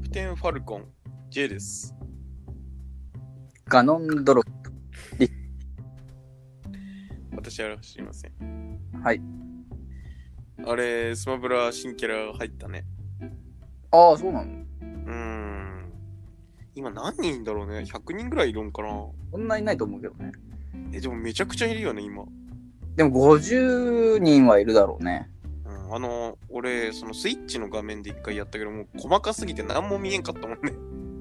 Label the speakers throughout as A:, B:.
A: プテンファルコン J です。
B: ガノンドロッ
A: 私は知りません。
B: プ。はい。
A: あれ、スマブラ新キャラ入ったね。
B: ああ、そうなの
A: うーん。今何人いんだろうね ?100 人ぐらいいるんかな
B: そんないないと思うけどね。
A: え、でもめちゃくちゃいるよね、今。
B: でも50人はいるだろうね。
A: うん、あの、俺、そのスイッチの画面で一回やったけど、もう細かすぎて何も見えんかったもんね。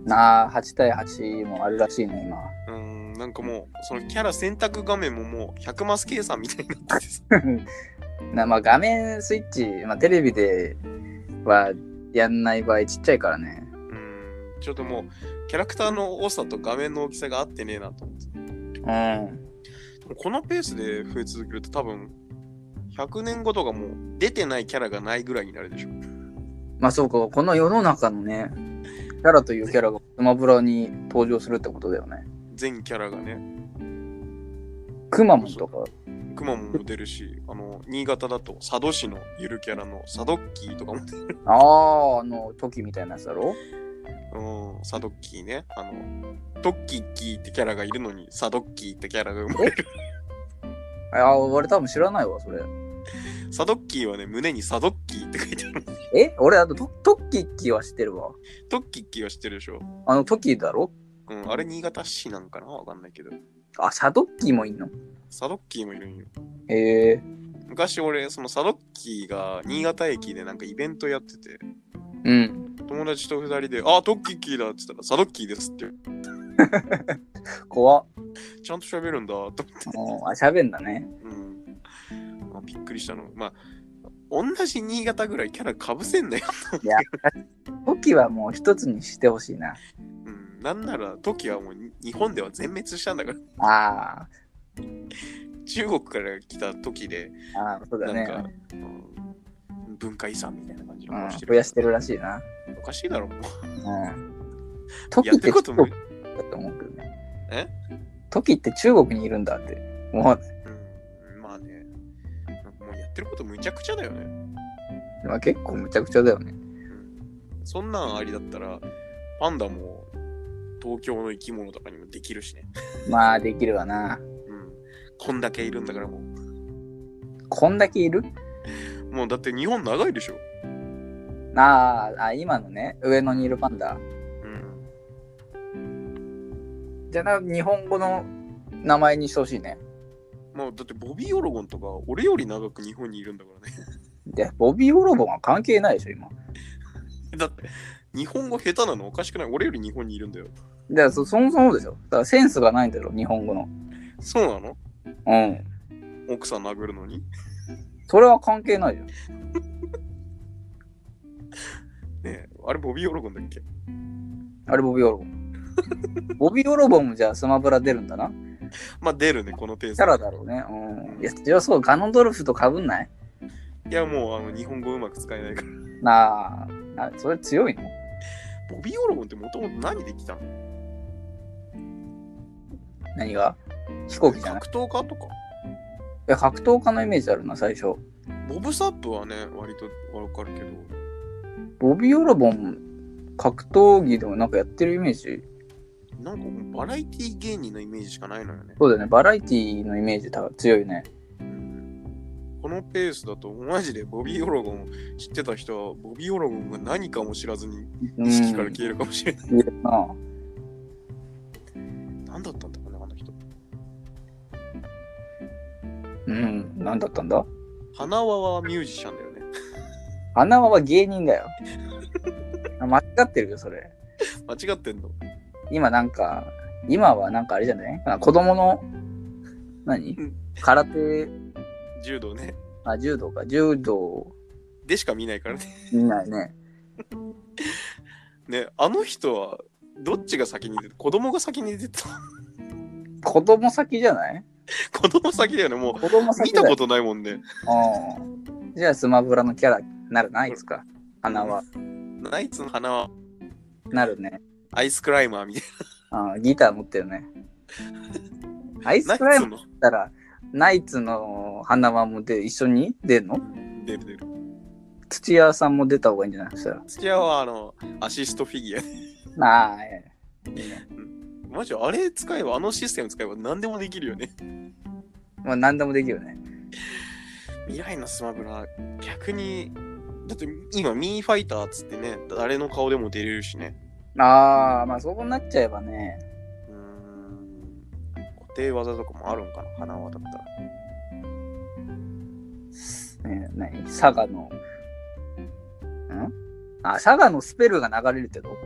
B: なあ、8対8もあるらしいね、今。
A: うん、なんかもう、そのキャラ選択画面ももう100マス計算みたいになっててさ。
B: なまあ、画面スイッチ、まあ、テレビではやんない場合ちっちゃいからね。
A: うん、ちょっともう、キャラクターの多さと画面の大きさが合ってねえなと思って。
B: うん。
A: このペースで増え続けると多分100年後とかもう出てないキャラがないぐらいになるでしょ。
B: まあそうか、この世の中のね、キャラというキャラがスマブラに登場するってことだよね。
A: 全キャラがね。
B: くまモンとか、
A: クマモンも出るし、あの、新潟だと佐渡市のゆるキャラのサドッキーとかも出る。
B: ああ、あの、トキみたいなやつだろ
A: うん、サドッキーね。あの、トッキッキーってキャラがいるのにサドッキーってキャラが生まれる。
B: ああ、俺多分知らないわ、それ。
A: サドッキーはね、胸にサドッキーって書いてある。
B: え俺、あとト、トッキッキーは知ってるわ。
A: トッキッキーは知ってるでしょ。
B: あの、トキだろ
A: うん、あれ新潟市なんかなわかんないけど。
B: あ、サドッキーもいんの
A: サドッキーもいるんよ。
B: へえ
A: 昔俺、そのサドッキーが新潟駅でなんかイベントやってて、
B: うん。
A: 友達と二人で、あ、トッキッキーだって言ったら、サドッキーですって、
B: 怖っ。
A: ちゃんと喋るんだと思って、
B: もうあ、喋んだね。
A: うんまあ、びっくりしたの。まあ、同じ新潟ぐらいキャラかぶせんなよ。
B: いや、トキはもう一つにしてほしいな。
A: うん、なんなら、トキはもうに日本では全滅したんだから、
B: ああ、
A: 中国から来たトキで、
B: ああそうだ
A: なん
B: ね。
A: か、うん文化遺産みたいな感じの
B: うん
A: 顔して、る
B: 増やしてるらしいな。
A: おかしいだろ、もう。
B: うん。トキ
A: やっ
B: ってて
A: こ
B: 中
A: とも、
B: 国
A: う
B: だと思うけどね。
A: え
B: トキって中国にいるんだって。もう、
A: ん、まあね、なんかもうやってることむちゃくちゃだよね。
B: まあ、結構むちゃくちゃだよね。
A: そんなんありだったら、パンダも東京の生き物とかにもできるしね。
B: まあ、できるわな。
A: うん。こんだけいるんだからもう。
B: こんだけいる
A: もうだって日本長いでしょ。
B: あーあ、今のね、上野にいるパンダ。
A: うん。
B: じゃあな、日本語の名前にしてほしいね。
A: もうだってボビー・オロゴンとか俺より長く日本にいるんだからね。
B: で、ボビー・オロゴンは関係ないでしょ、今。
A: だって日本語下手なのおかしくない俺より日本にいるんだよ。
B: じゃあそ、そもそもでしょ。だからセンスがないんだろ、日本語の。
A: そうなの
B: うん。
A: 奥さん殴るのに。
B: それは関係ないじゃん。
A: ねえ、あれボビー・オロゴンだっけ
B: あれ、ボビー・オロゴン。 ボビー・オロゴンもじゃあスマブラ出るんだな。
A: まあ出るね、このペース
B: キャ。ラだろうね。うん。いや、強そう、ガノンドルフとかぶんない
A: いやもうあの日本語うまく使えないから。
B: なあ、あそれ強いの
A: ボビー・オロゴンってもともと何で来たの
B: 何が飛行機じゃない
A: 格闘家とか
B: いや、格闘家のイメージあるな、最初。
A: ボブ・サップはね、割とわかるけど。
B: ボビー・オロゴン、格闘技でもなんかやってるイメージ。
A: なんかもうバラエティ芸人のイメージしかないのよね。
B: そうだよね、バラエティのイメージた強いね。
A: このペースだと、マジでボビー・オロゴン知ってた人は、ボビー・オロゴンが何かも知らずに
B: うん。
A: 意識から消えるかもしれない。
B: 消えるな
A: 何だったんだかな、あの人。
B: うん、何だったんだ
A: 花輪はミュージシャンだよね。
B: 花輪は芸人だよ。 あ間違ってるよ、それ。
A: 間違ってんの。
B: 今なんか、今はなんかあれじゃないあ子供の、何
A: うん
B: 空手、
A: 柔道ね。
B: あ、柔道か、柔道
A: でしか見ないからね。
B: 見ないね。
A: ね、あの人は、どっちが先に出て、子供が先に出てた。
B: 子供先じゃない
A: 子供先だよね、も
B: 子供
A: う。見
B: 先だ
A: た
B: よ
A: ことないもんね。
B: うんじゃあスマブラのキャラなるないですか花輪。
A: ナイツの花輪、
B: なるね。
A: アイスクライマーみたい
B: うんギター持ってる ね。アイス
A: な。
B: クライ
A: ナ
B: ム
A: イツの。
B: だったら、ナイツの花輪もで一緒に出んの
A: 出る出る。
B: 土屋さんも出た方がいいんじゃないそしたら。
A: 土屋はあの、アシストフィギュアで。
B: ああ、ええいいね
A: マジ、あれ使えば、あのシステム使えば何でもできるよね。
B: まあ何でもできるね。
A: 未来のスマブラ、逆に、だって今、ミーファイターっつってね、誰の顔でも出れるしね。
B: ああ、まあそこになっちゃえばね。
A: うーん。固定技とかもあるんかな、花輪だったら。
B: ね何佐賀の。んあ、佐賀のスペルが流れるけど。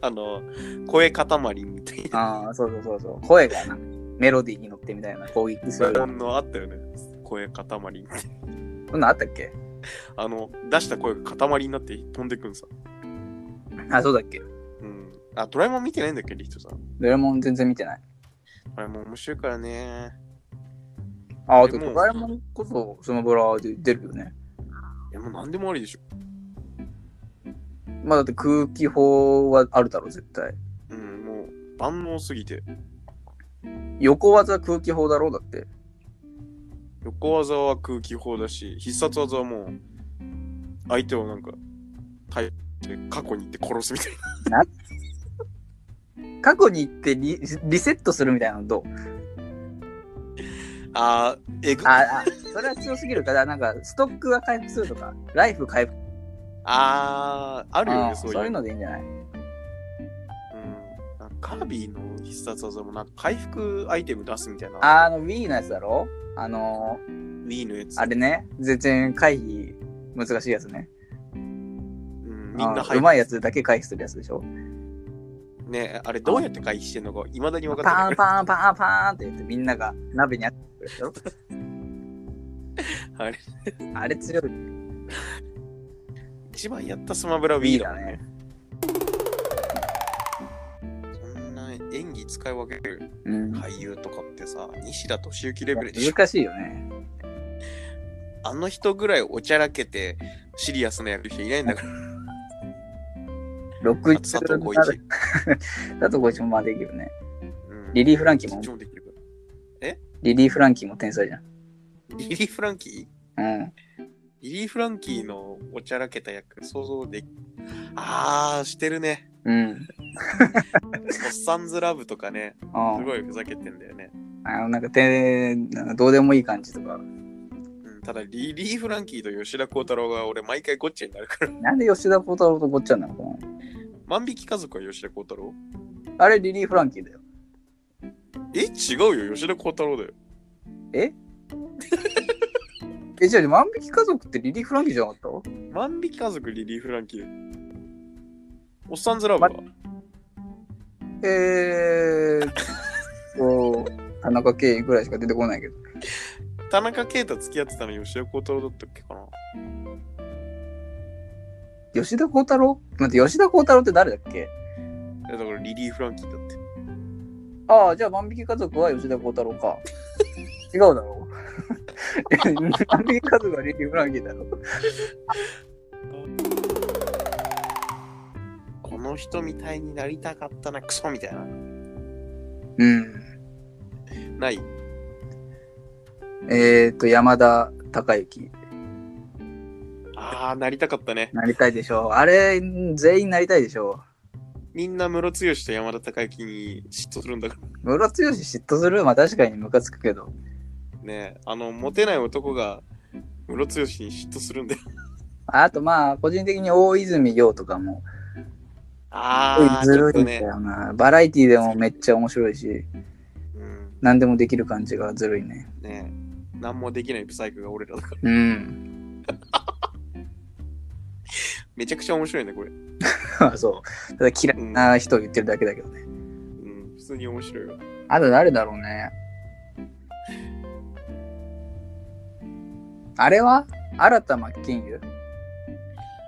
A: あの、声塊みたいな。
B: ああ、そうそうそうそう。声がな、メロディーに乗ってみたいな攻撃する。
A: あの、あったよね。声塊って。
B: そんなんあったっけ
A: あの、出した声が塊になって飛んでくんさ。
B: あ、そうだっけ
A: うん。あ、ドラえもん見てないんだっけ、リヒトさん。
B: ドラえもん全然見てない。
A: ドラえもん面白いからね。
B: あ、あ
A: で
B: と
A: も
B: ドラえもんこそスマブラで出るよね。
A: いや、もう何でもありでしょ。
B: まあだって空気砲はあるだろ、絶対。
A: うん、もう万能すぎて。
B: 横技空気砲だろ、だって。
A: 横技は空気砲だし、必殺技はもう、相手をなんか、耐えて、過去に行って殺すみたいな。
B: 過去に行ってリリセットするみたいなのどう
A: あー、えぐ。あ
B: ああ、それは強すぎるから、なんかストックが回復するとか、ライフ回復
A: あー、あるよ
B: あ
A: ね、
B: ー
A: そういう。
B: そういう
A: うん
B: のでいいんじゃない
A: なんかカービィの必殺技もなんか回復アイテム出すみたいな。
B: あーあの Wii のやつだろあの
A: Wii のやつ。
B: ー、あれね、全然回避難しいやつね。
A: うん、みん
B: あ
A: な
B: ー
A: 入
B: うまいやつだけ回避するやつでしょ
A: ね、あれどうやって回避してんのか、いまだに分かっ
B: パーン
A: て
B: パーンパーンパーンって言ってみんなが鍋にあってくるやつだろ
A: ない。あれ、
B: あれ強い。
A: 一番やったスマブラ Wii だもんね。そんな演技使い分ける
B: うん。
A: 俳優とかってさ、西田敏行レベルでしょ。
B: 難しいよね。
A: あの人ぐらいおちゃらけてシリアスな役人いないんだから、
B: 6
A: 佐藤浩市。
B: だと51もまあできるね。
A: うん
B: リリー・フランキー
A: そ
B: も
A: っち、もできるか
B: リリー・フランキーも天才じゃん。
A: らリリー・フランキー
B: うん。
A: リリー・フランキーのおちゃらけた役、想像できあー、してるね。
B: うん。
A: おっさんずラブとかね、
B: あ
A: すごいふざけてんだよね。
B: あの、なんか、て、なんかどうでもいい感じとか。
A: うん、ただ、リリー・フランキーと吉田鋼太郎が俺、毎回ごっちゃになるから。
B: なんで吉田幸太郎とごっちゃなのかな
A: 万引き家族は吉田鋼太郎
B: あれ、リリー・フランキーだよ。
A: え、違うよ、吉田鋼太郎だよ。
B: ええ、じゃあ、万引き家族ってリリー・フランキーじゃなかった
A: 万引き家族、リリー・フランキー。おっさんずラブは
B: えーっと、 田中圭ぐらいしか出てこないけど。
A: 田中圭と付き合ってたの吉田鋼太郎だったっけかな
B: 吉田幸太郎待って、吉田幸太郎って誰だっけ
A: いやだからリリー・フランキーだって。
B: ああ、じゃあ万引き家族は吉田幸太郎か。 違うだろう。 万引き家族はリリー・フランキーだろ。
A: この人みたいになりたかったな、クソみたいな。
B: うん。
A: ない。
B: えーっと、山田孝之。
A: ああ、なりたかったね。
B: なりたいでしょう。あれ、全員なりたいでしょ
A: みんな室強と山田孝之に嫉妬するんだから
B: う。ムロツヨシ嫉妬するまあ確かにムカつくけど。
A: ね。あの、モテない男が室強に嫉妬するんだよ。
B: あとまあ、個人的に大泉洋とかも、
A: ああ、
B: ず
A: ちょっ
B: るい
A: と
B: んだ
A: ね。
B: よな。バラエティでもめっちゃ面白いし、
A: うん、
B: 何でもできる感じがずるいね。
A: ね何もできないブサイクが俺らだから。
B: うん。
A: めちゃくちゃ面白いね、これ。
B: そう。ただ嫌いな人を言ってるだけだけどね。
A: うん、普通に面白いわ。
B: あと誰だろうね。あれは新田真剣佑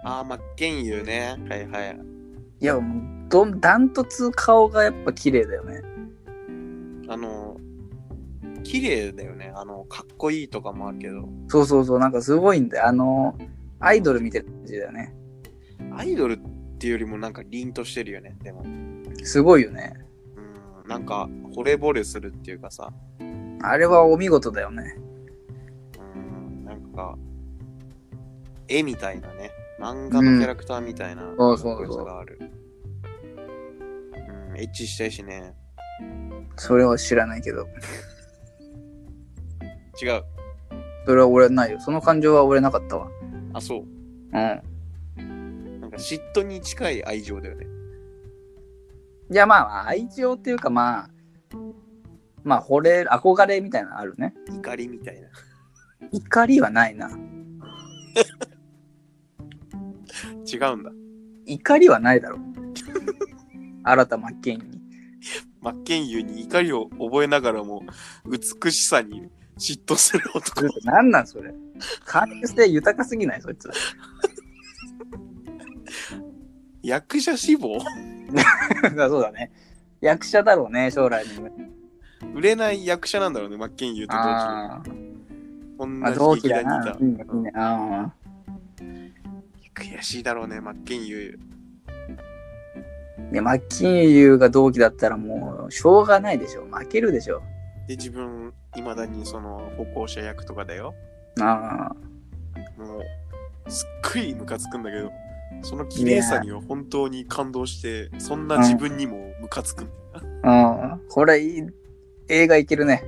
A: ああ、まあ、剣佑ね。はいはい。
B: いや、もう、どん、ダントツ顔がやっぱ綺麗だよね。
A: あの、綺麗だよね。あの、かっこいいとかもあるけど。
B: そうそうそう、なんかすごいんだよ。あの、アイドル見てる感じだよね。
A: アイドルっていうよりもなんか凛としてるよね。でも、
B: すごいよね。
A: うん、なんか惚れ惚れするっていうかさ、
B: あれはお見事だよね。
A: うん、なんか、絵みたいなね、漫画のキャラクターみたいな、
B: そうそう
A: こいつ
B: そう。
A: がある。うん、エッチしたいしね。
B: それは知らないけど。
A: 違う。
B: それは俺はないよ。その感情は俺なかったわ。
A: あ、そう。
B: うん。
A: なんか嫉妬に近い愛情だよね。
B: いや、まあ、愛情っていうか、まあ、まあ、惚れ、憧れみたいなのあるね。
A: 怒りみたいな。
B: 怒りはないな。
A: 違うんだ。
B: 怒りはないだろ。新田真剣に。
A: 真剣佑に怒りを覚えながらも、美しさに嫉妬する
B: ちょ
A: 男
B: っ。となんなんそれ。感受性豊かすぎないそいつ。
A: 役者志望
B: そうだね。役者だろうね、将来の夢。
A: 売れない役者なんだろうね、真剣佑と同期。
B: あー
A: こん
B: まあ、
A: な
B: 同期
A: 劇
B: だ
A: 団にい
B: な
A: た。。
B: うんいいねあ
A: 悔しいだろうね、真剣佑。
B: ーいや、マッキンユーが同期だったらもう、しょうがないでしょ。負けるでしょ。
A: で、自分、いまだにその歩行者役とかだよ。
B: ああ。
A: もう、すっごいムカつくんだけど、その綺麗さには本当に感動して、そんな自分にもムカつく。
B: うん。これいい、映画いけるね。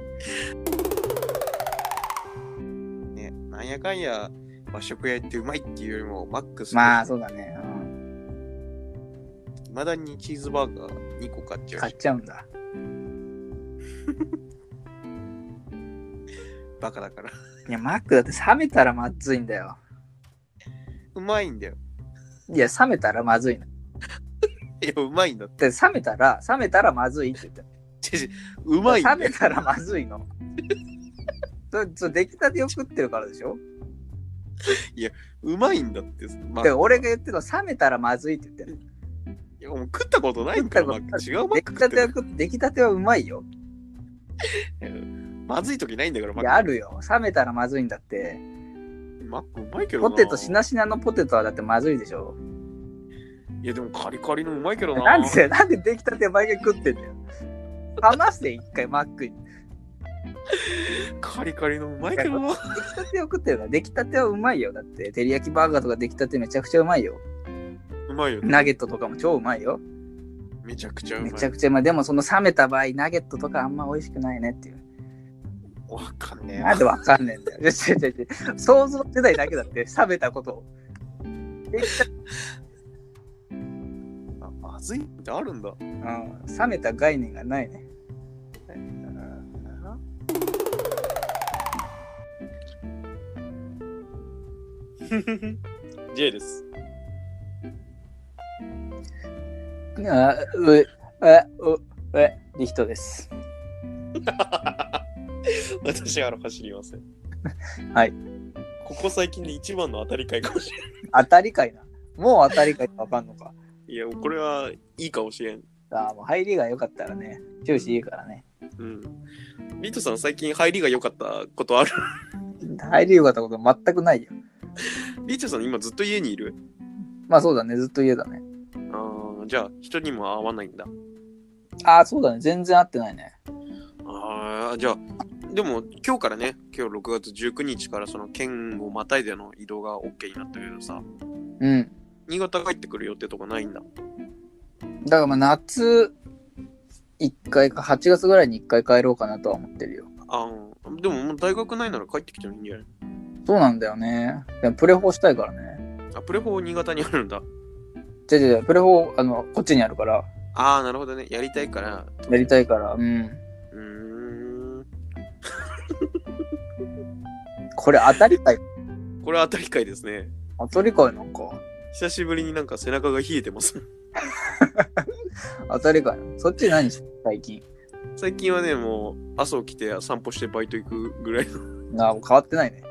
A: ね、なんやかんや、和食屋行ってうまいっていうよりも、マックス、
B: まあ、
A: い
B: そうだね。うん
A: まだにチーズバーガー2個買っちゃう
B: 買っ
A: し、
B: ちゃうんだ。
A: バカだから。
B: いや、マックだって冷めたらまずいんだよ。
A: うまいんだよ。
B: いや、冷めたらまずいな。
A: いや、うまいんだって。
B: で、冷めたら、冷めたらまずいって言った。
A: ちょちょうまいんだ
B: 冷
A: よ
B: めたらまずいの。 そそ出来たてを食ってるからでしょ
A: うまいんだって。マッ
B: で
A: ク
B: 俺が言ってるのは冷めたらまずいって言ってる。
A: いやもう食ったことないんだよ、マ
B: 食ったこ
A: ッ
B: と
A: ク。違うマ
B: 出
A: ッ
B: 来
A: ク食
B: た
A: って
B: てを
A: る
B: 食って出来たてはうまいよ。
A: まずい時ないんだから、マ
B: いやあ
A: ック。
B: るよ。冷めたらまずいんだって。
A: マックうまいけどな。
B: ポテトしなしなのポテトはだってまずいでしょ。
A: いや、でもカリカリのうまいけどな。
B: なんでなんで出来たて毎回食ってんだよ。冷まして一回マックに。
A: カリカリのうまいけどな。
B: 出来たてを食ってるから出来たてはうまいよ。だって照り焼きバーガーとか出来たてめちゃくちゃうまいよ。
A: うまいよね。
B: ナゲットとかも超うまいよ。
A: めちゃくちゃうま
B: め
A: い。
B: ちゃくちゃうまい。でもその冷めた場合ナゲットとかあんま美味しくないねっていう。
A: わかんねえ
B: なん
A: な。
B: でわかんねえんだよ。 違う違う違う。想像してないだけだって、冷めたことを。で
A: あまずいってあるんだ。
B: うん、冷めた概念がないね。
A: J です。
B: あ、う、え、う、え、リヒトです。
A: 私はあの走りません。
B: はい。
A: ここ最近で一番の当たり会かもしれな
B: 当たり会な。もう当たり会ってわかんのか。
A: い。いや、これはいいかもしれん。
B: ああ、もう入りが良かったらね、終始いいからね。
A: うん。リトさん、最近入りが良かったことある
B: 入り良かったこと全くないよ。
A: リトさん、今ずっと家にいる
B: まあそうだね、ずっと家だね。
A: あーじゃあ、人にも会わないんだ。
B: ああ、そうだね、全然会ってないね。
A: ああ、じゃあ、でも今日からね、今日6月19日からその県をまたいでの移動が OK になったけどさ、
B: うん。
A: 新潟帰ってくる予定とかないんだ。
B: だからまあ夏、一回か、8月ぐらいに一回帰ろうかなとは思ってるよ。
A: あーでももう大学ないなら帰ってきてもいいんじゃない
B: そうなんだよね。でもプレホしたいからね。
A: あ、プレフォー新潟にあるんだ。
B: じゃじゃプレホあのこっちにあるから
A: ああ、なるほどね。やりたいから。
B: やりたいから、うん。
A: うーん。
B: これ当たり会
A: これは当たり会ですね。
B: 当たり会なんか
A: 久しぶりになんか背中が冷えてます。
B: 当たり会そっち何してる最近
A: 最近はね、もう朝起きて散歩してバイト行くぐらいの。
B: なあもう変わってないね。